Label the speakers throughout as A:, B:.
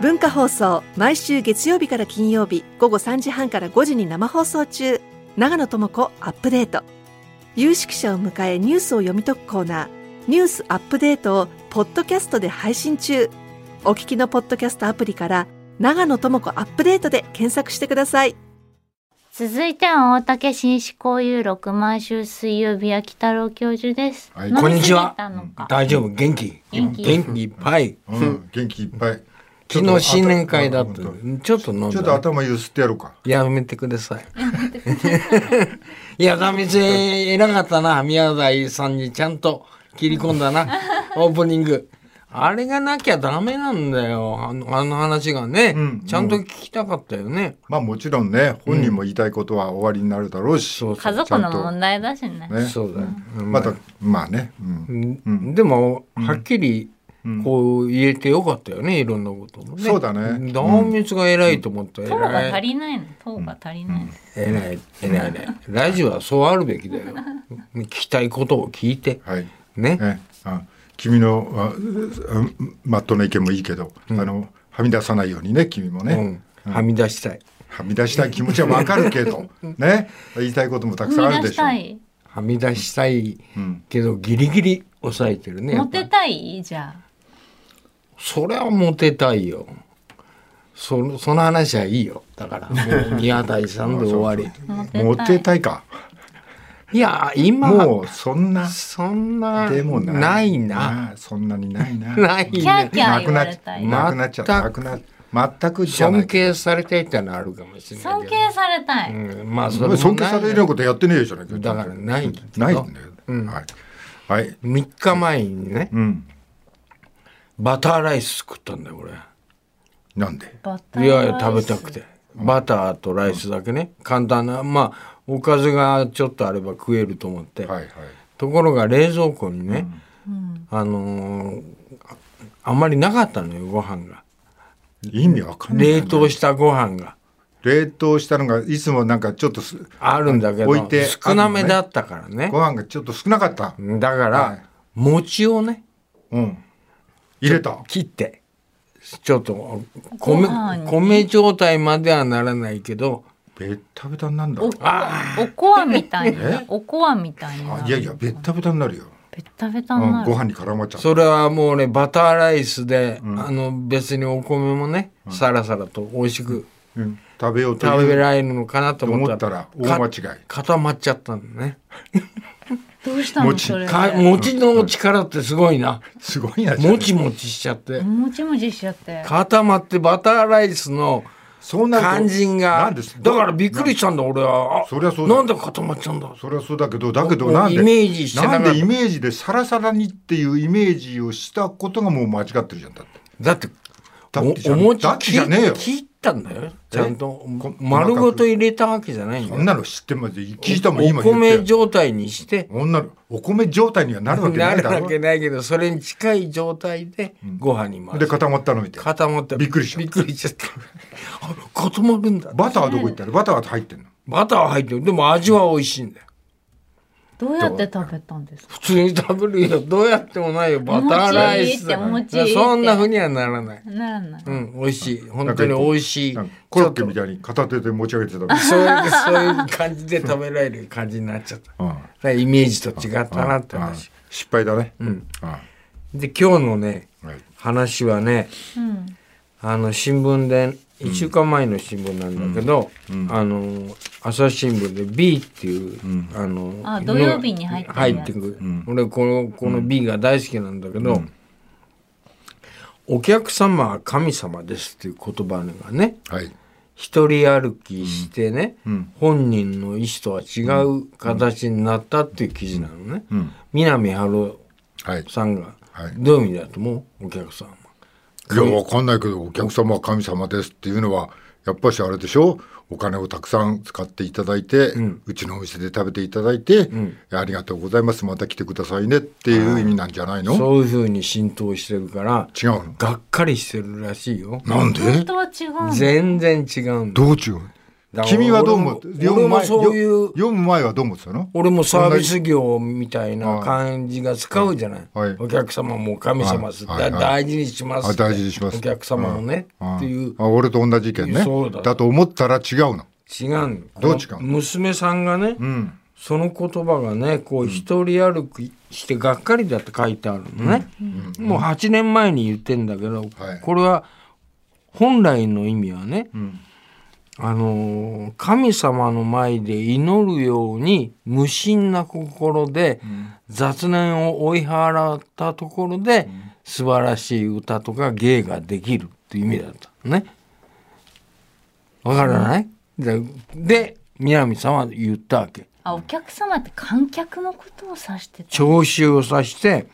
A: 文化放送毎週月曜日から金曜日午後3時半から5時に生放送中長野智子アップデート有識者を迎えニュースを読み解くコーナー「ニュースアップデート」をポッドキャストで配信中お聞きのポッドキャストアプリから「長野智子アップデート」で検索してください
B: 続いては大竹紳士交友録毎週水曜日は北郎教授です、
C: はい
B: 飲み
D: こんに
B: 過
D: ち
B: ぎ
D: は
B: たのか。
D: 大丈夫、元気。
B: 元
D: 元
B: 気
D: 気いっぱい。
C: うん、元気いっぱい。
D: 昨日新年会だった
C: ちょっと。
D: ちょっと飲ん
C: ちょっと
D: だ。
C: 頭ゆすってやろうか。
D: やめてください。いや、だめせ、偉かったな。宮台さんにちゃんと切り込んだ な。オープニング。あれがなきゃダメなんだよ。あのあの話がね、
C: うん
D: ちゃんと聞きたかったよね。
C: まあもちろんね、本人も言いたいことは終わりになるだろうし。
D: そう
B: 家族の問題だしね。
C: ね。
D: そうだよ。うん
C: また、まあね。う
D: うんん
C: うん
D: でも、はっきり
C: うん
D: こう言えてよかったよね、いろんなこともね。
C: そうだね
D: 壇蜜が偉いと思ったら
B: 糖が
D: 偉
B: 足
D: い。
B: りないの。糖が足りないの。
D: 偉い、偉い、偉い。ラジオはそうあるべきだよ。聞きたいことを聞いて。
C: はい。
D: ね。
C: えあ君のあうんまっとうな意見もいいけど、あのはみ出さないようにね君もね、
D: うん。はみ出したい。
C: はみ出したい気持ちはわかるけ どね言いたいこともたくさんあ
B: 生
C: る
B: み出
C: で
B: し
C: しょう
B: たい。
D: はみ出したい
C: うん
D: けど、ギリギリ抑えてるね。や
B: モ
D: っぱ
B: テたいじゃ
D: それはモテたいよ。そのその話はいいよ。だから、もう宮台さんで終 わり。
B: あ。モテたい。
C: モテたいか、
D: いや、今は
C: もうそんな
D: そんな、
C: でもない
D: ないな。
C: あそんなにない な
D: ないね
B: キャーキャー
C: なくな
B: 言われ
C: っち
B: た
C: ゃ
B: い
C: なくなっちゃったなくな全くじゃない
D: 尊敬されていたのはあるかもしれない
B: 尊
D: けど。
B: 敬されたい。
D: うん、まあ、それもない
C: 尊敬されるようなことやってねえよじゃないか
D: だからないけど
C: ないんだよ、
D: うん
C: はい、はい、
D: 3日前にね、
C: うん
D: バターライス作ったんだよ、俺。
C: なんで
B: バタ
D: い
B: ーラ
D: や
B: イス
D: いや食べたくて。バターとライスだけね、簡単なまあおかずがちょっとあれば食えると思って、
C: はいはい
D: ところが冷蔵庫にね、あのーああんまりなかったのよご飯が
C: 意味わかんない
D: 冷凍したご飯が
C: 冷凍したのがいつもなんかちょっとす
D: あるんだけど
C: 置いて
D: 少なめだったからね
C: ご飯がちょっと少なかった。
D: だから、
C: はい
D: 餅をね
C: うん。入れた。
D: 切ってちょっと米
B: ご飯に
D: 米状態まではならないけど
C: べったべたになるんだ
B: お。おこわみたいになる。おこわみたいにな
C: あ
B: る。
C: いやいや、べったべたになるよ。
B: べったべた
C: うん
B: にな、る。
C: ご飯に絡まっちゃう。
D: それはもうねバターライスで、あの別にお米もね、さらさらと美味しく
C: うん食べようと
D: 食べ
C: いう。
D: られるのかなと思ったら
C: と思ったら大間違い
D: か固まっちゃったのね
B: どうしたの
C: 餅
B: それで。
D: か餅の力ってすごいな、
C: すごいな。
D: もちもちしちゃって、
B: もちもちしちゃって。
D: 固まってバターライスの
C: そうなると
D: 肝心
C: な
D: が
C: んです
D: だからびっくりしたんだ俺はあ
C: そりゃそうだ
D: なんで固まっちゃうんだ
C: それはそうだけど、だけどなんで、
D: イメージしてな
C: な
D: かっ
C: ん
D: た
C: でイメージでサラサラにっていうイメージをしたことがもう間違ってるじゃん。だって。
D: だって
C: だってじゃ
D: おお餅
C: だってじゃねえよ
D: 切ったんだよちゃんと
C: こ
D: 丸ごと入れたわけじゃないんだ
C: こ
D: よ
C: んなの知ってます聞いたもん、
D: お
C: 今
D: お
C: 言
D: 米
C: って。
D: 状態にして
C: こんなのお米状態にはなるわけな
D: ないる
C: だ
D: わ
C: ろ。
D: けないけどそれに近い状態でご飯に回
C: です固まったの見て。
D: 固まって
C: びっくりしちゃった
D: びっくりしちゃったあ固まるんだ
C: バターはどこ行ったのバターは入ってんの
D: バター入ってるでも味は美味しいんだよ
B: どうやって食べたんですか。
D: 普通に食べるよどうやってもないよバターライスだから
B: もちいいってもちいいって
D: そんなふうにはならない
B: ならない。
D: うん美味しい本当に美味しい
C: なんかコロッ
D: ち
C: ケ
D: ょっ
C: み
D: と
C: たいに片手で持ち上げてたから。
D: そういうそういう感じで食べられる感じになっちゃっただ
C: うん
D: からイメージと違ったなって
C: あ
D: 話
C: 失敗だね。
D: ん
C: あ
D: で今日のね
C: はい
D: 話はね
B: うん。
D: あの新聞で1週間前の新聞なんだけど、あの朝日新聞で B っていう、あの
B: あ土曜日に入ってるやつ
D: 入くる、俺このこの B が大好きなんだけど、お客様は神様ですっていう言葉がね
C: はい。
D: 一人歩きしてね、本人の意思とは違う形になったっていう記事なのね、
C: ん
D: 南春
C: はい。
D: さんが、
C: はい
D: どういう意味だと思うお客様
C: いや、わかんないけど、お客様は神様ですっていうのは、やっぱしあれでしょお金をたくさん使っていただいて、うちのお店で食べていただいて、ありがとうございます。また来てくださいねっていう意味なんじゃないの
D: そういうふうに浸透してるから
C: 違うの
D: がっかりしてるらしいよ
C: なんで
B: 本当は違うの。
D: 全然違うんだ
C: どう違う
D: だから
C: 君はどう思う
D: 俺も俺もそういう
C: 読む前はどう思ってたの
D: 俺もサービス業みたいな感じが使うじゃない、
C: はい
D: お客様も神様です、
C: はいはい
D: だ大事にしますって
C: あ大事にします
D: お客様もね、っていう
C: あ俺と同じ意見ね
D: そうだ
C: だと思ったら違うの
D: 違うん
C: どう違うの
D: 娘さんがね、
C: うん
D: その言葉がねこう一人歩きしてがっかりだって書いてあるのね、もう8年前に言ってんだけど、
C: はい
D: これは本来の意味はね、
C: ん
D: あのー神様の前で祈るように無心な心で雑念を追い払ったところで、素晴らしい歌とか芸ができるっていう意味だったのね。わからないでで南さんは言ったわけ。
B: あお客様って観客のことを指してた
D: 聴衆を指して、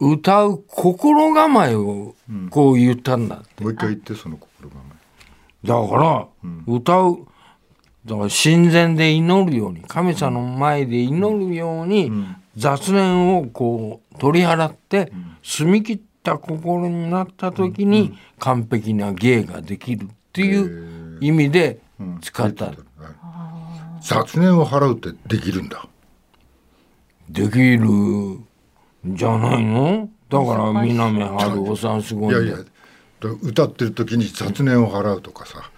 D: 歌う心構えをこう言ったんだって、
C: もう一回言ってその心構
D: だから、歌うだから神前で祈るように神様の前で祈るように、雑念をこう取り払って、澄み切った心になった時に、完璧な芸ができるっていう意味で使った、
C: え雑念を払うってできるんだ
D: できるんじゃないのだから南春夫さんすごいん
C: い
D: だ
C: や
D: よ
C: いやだ歌ってる時に雑念を払うとかさ、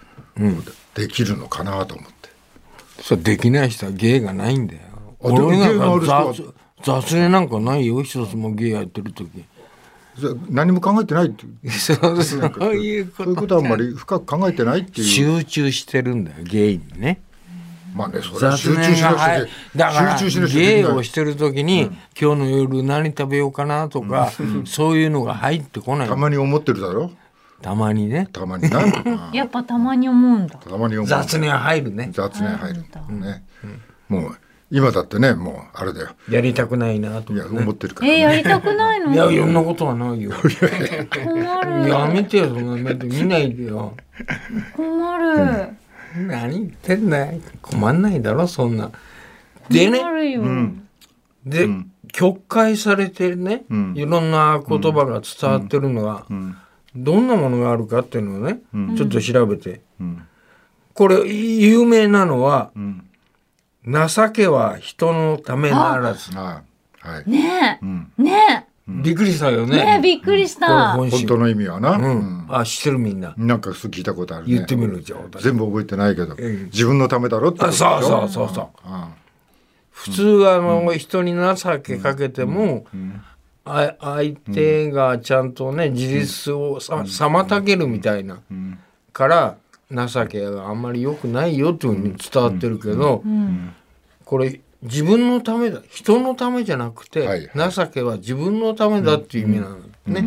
C: できるのかなと思って
D: そうできない人は芸がないんだよ。
C: あでも
D: 俺なん
C: 芸がある人
D: か
C: は
D: 雑雑念なんかないよ一つも芸やってる時。
C: じゃあ何も考えてないって
D: そうそういう
C: そ
D: こ
C: ういう
D: と。
C: ことはあんまり深く考えてないっていう
D: 集中してるんだよ芸にね。
C: まあねそれは
D: 雑
C: 集中
D: 念
C: しな
D: が
C: く
D: 入
C: て
D: るだから
C: 集中しなくて
D: 芸をしてる時に、今日の夜何食べようかなとか、そういうのが入ってこない
C: たまに思ってるだろ
D: たまにね
C: たまになうん
B: やっぱたまに思うんだ
C: たまに思う
D: 雑念入るね
C: 雑念入るんだもんね、もう今だってねもうあれだよ
D: やりたくないなと
C: いや
D: か、ね、
C: 思ってるか
B: え
C: ら、
B: ー、やりたくないの
D: いやそんなことはないよ
B: 困る
D: やめてよそんな目で見ないでよ
B: 困る
D: 何言ってんだよ困んないだろそんなでね
B: 困るよ、
D: で、曲解されてね、いろんな言葉が伝わってるのは、どんなものがあるかっていうのをね、ちょっと調べて、
C: ん
D: これ有名なのは「
C: ん
D: 情けは人のためならず
C: ああはい、
B: ねえ、
C: ん
B: ね」
D: びっくりしたよ
B: え、ね
D: ね。
B: えびっくりし
D: これ
B: た、
D: 本
C: 本
D: 心
C: 当の意味はな、
D: うん、あ知ってるみんな
C: うんなんかそう聞いたことあるね
D: 言ってみるじゃん、
C: 全部覚えてないけど、
D: ん
C: 自分のためだろってこと
D: あ
C: でしょ
D: そうそうそうそう
C: あ
D: 普通あの、人に情けかけても、あ相手がちゃんとね自立をさ、妨げるみたいな、から情けがあんまり良くないよというふうに伝わってるけど、これ自分のためだ人のためじゃなくて、
C: はいは
D: 情けは自分のためだっていう意味なのね、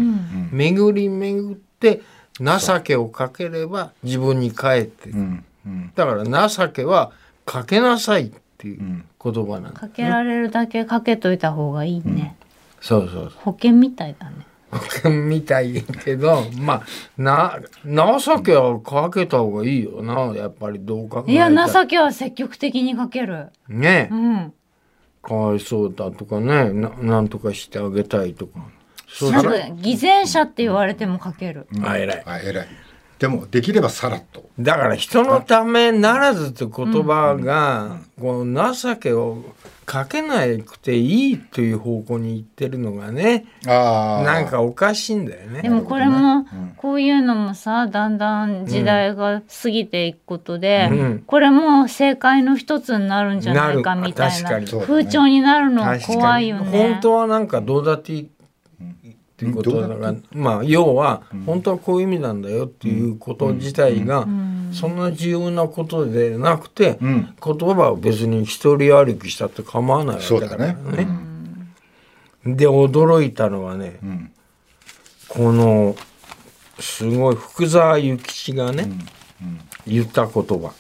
D: 巡り巡って情けをかければ自分に返ってくる、
C: ん
D: だから情けはかけなさいっていう言葉なんだ、
B: かけられるだけかけといた方がいいね、
D: そうそう
B: 保険みたいだね
D: そうみたいけど まあな情けはかけた方がいいよなやっぱりどう考え
B: いや
D: たら
B: 情けは積極的にかける
D: ね
B: うん
D: かわいそうだとかねななんとかしてあげたいとかそう
B: なんか偽善者って言われてもかける、
D: あ偉い
C: あ偉いでもできればさらっと
D: だから人のためならずって言葉が、この情けをかけなくていいという方向に行ってるのがね
C: ああ
D: なんかおかしいんだよ
B: で
D: ね。
B: もこれもこういうのもさだんだん時代が過ぎていくことで、
D: うん
B: これも正解の一つになるんじゃないか
D: なる
B: みたい
D: 確か
B: な
D: に
B: 風潮になるの
D: 確かに
B: 怖いよね。
D: 本当はなんかどうだっていいっていうことだから、まあ要は本当はこういう意味なんだよっていうこと自体がそんな重要なことでなくて、
C: ん
D: 言葉を別に一人歩きしたって構わないわけだから
C: そうだ
D: ね。で驚いたのはね、
C: ん
D: このすごい福沢諭吉がね、言った言葉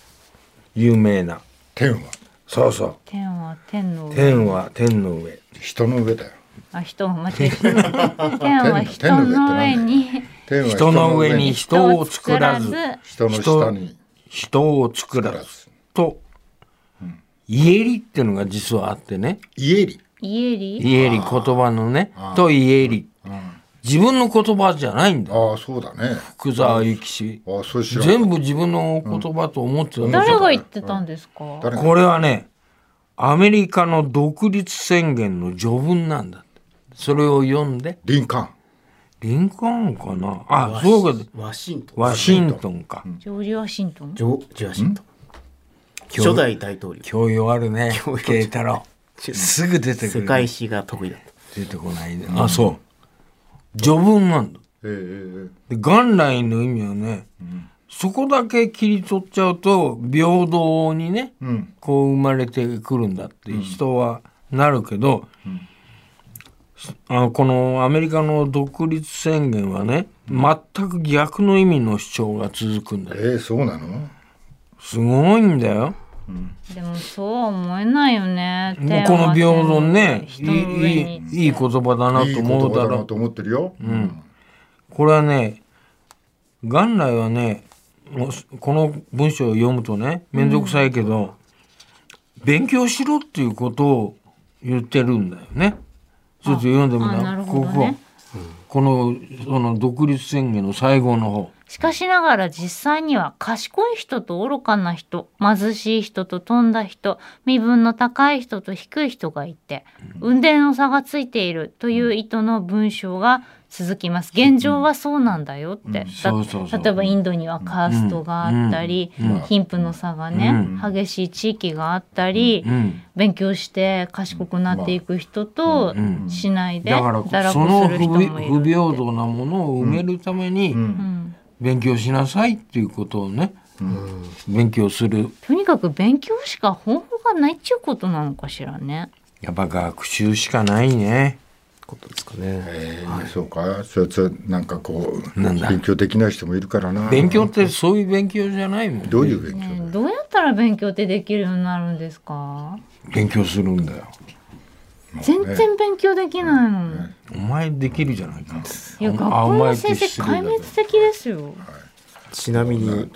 D: 有名な
C: 天は
D: そうそう
B: 天は天の
D: 「
B: 上
D: 天は天の上」
C: 人の上だよ
B: あ人を間違えた天は人の上に
C: 天は
D: 人の上に人を作らず
C: 人の下に
D: 人を作らずと家入りっていうのが実はあってね
C: 家入り
B: 家入り
D: 家入り言葉のねと家入り自分の言葉じゃないんだ。
C: ああそうだね
D: 福沢諭吉。
C: ああそう知らない
D: 全部自分の言葉と思ってたんです
B: 誰
D: よ
B: が言ってたんですか、
C: 誰が
D: これはね、アメリカの独立宣言の序文なんだって。それを読んで、
C: リンカーン
D: リンカーンかなあ、そうか。
E: ワシントン
D: ワシントンか。
B: ジョージ・ワシントン
E: ジョージ・ワシントン
D: 今日
E: 初代大統領
D: 教養あるね
E: 教養
D: 慶太郎すぐ出てく
E: 世
D: る
E: 界史が得意だった
D: 出てこないねあそう序文なんだ
C: ええええ
D: で元来の意味はね、そこだけ切り取っちゃうと平等にね、
C: うん
D: こう生まれてくるんだって人はなるけど、あのこのアメリカの独立宣言はね全く逆の意味の主張が続くんだ
C: え
D: よ
C: えそうなの
D: すごいんだよ
B: でもそうは思えないよね
D: もうこの平等ねい
B: 人
D: い
B: の上に
D: いいいい言葉だない
C: い
D: と
C: 言
D: 思うだ
C: 葉だ
D: ろ
C: な
D: う
C: と思ってるようん
D: これはね元来はねもうすこの文章を読むとね面倒くさいけど、勉強しろっていうことを言ってるんだよね。ちょっと読んでも
B: あ
D: ら
B: な
D: う、
B: るほ
D: こ
B: ど
D: こ
B: ね
D: このその独立宣言の最後の方
B: しかしながら実際には賢い人と愚かな人貧しい人と富んだ人身分の高い人と低い人がいて運命の差がついているという意図の文章が続きます現状はそうなんだよって、だ
D: そうそうそう
B: 例えばインドにはカーストがあったり、貧富の差がね、激しい地域があったり、
D: ん
B: 勉強して賢くなっていく人と、しないで
D: だか
B: 堕落
D: ら
B: する
D: そ
B: 人
D: の不び
B: もいる
D: 不平等なものを埋めるために
B: うん
D: 勉強しなさいっていうことをね、勉強する
B: とにかく勉強しか方法がないっちゅうことなのかしらね。
D: やっぱ学習しかないね。
E: ことですかね
C: ええそうかそいつはなんかこう
D: なんだ
C: 勉強できない人もいるからな
D: 勉強ってそういう勉強じゃないもん。
C: どういう勉強
B: ねえどうやったら勉強ってできるようになるんですか
D: 勉強するんだよ。
B: 全然勉強できないの。
D: お前できるじゃないか。
B: いや、
D: あ
B: 学
D: お
B: 校
D: 前
B: の
D: って
B: 先
D: 失
B: 生
D: 礼だ
B: 壊滅的ですよ。
E: ちなみに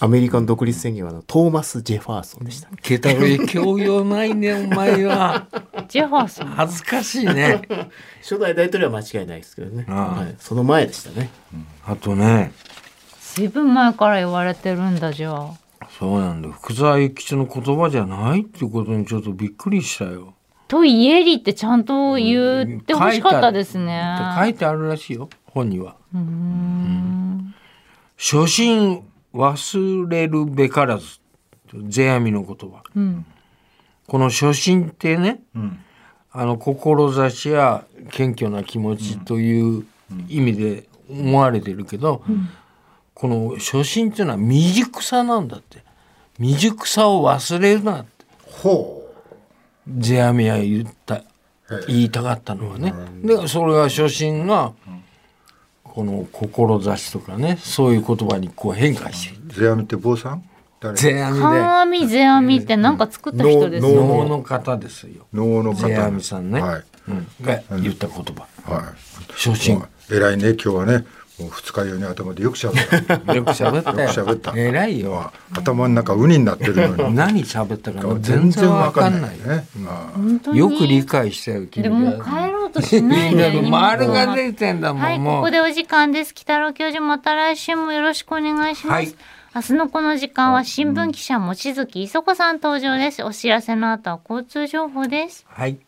E: アメリカの独立宣言はあのトーマス・ジェファーソンでしたね
D: ケタロイ教養な いね、お前は。
B: ジェファーソン。
D: 恥ずかしいね。
E: 初代大統領は間違いないですけどね、
D: ああ
E: はい、その前でしたね
D: あとね、
B: 随分前から言われてるんだ、じゃあ。
D: そうなんだよ。福沢諭吉の言葉じゃないっていうことにちょっとびっくりしたよ。
B: と言えりってちゃんと言ってほしかったですね。
D: 書いてあるらしいよ、本には。初心忘れるべからず。世阿弥の言葉。
B: うん。
D: この初心ってね、あの志や謙虚な気持ちという意味で思われてるけど、この初心っていうのは未熟さなんだって未熟さを忘れるなって
C: ほ
D: 世阿弥は言った言いたかったのはね。でそれが初心がこの志とかねそういう言葉にこう変化していく
C: う世阿弥って坊さん誰
D: 世阿弥で
B: 半網世阿弥ってなんか作った人です
C: の
B: よ。
D: 能の方ですよ
C: 能の方
D: 世阿弥さんね、
C: はい
D: うんが言った言葉。
C: はい
D: 初心
C: 偉いね今日はねもう二日酔いに頭でよくしゃべった
D: よく喋ったよ。
C: よく喋った
D: 偉いよ。
C: 頭の中ウニになってるのに
D: 何喋ったかも 全然わかんないよ。
C: ね、まあ
B: 本当に
D: よく理解したよ、君
B: でも もう帰ろうとしない
D: みんな
B: で。
D: の
B: 荷物
D: 丸が出てんだもん、
B: はい、
D: も
B: こ
D: う。
B: こでお時間です。北郎教授、また来週もよろしくお願いします。
D: はい
B: 明日のこの時間は新聞記者、望月磯子さん登場です。お知らせの後は交通情報です。
D: はい。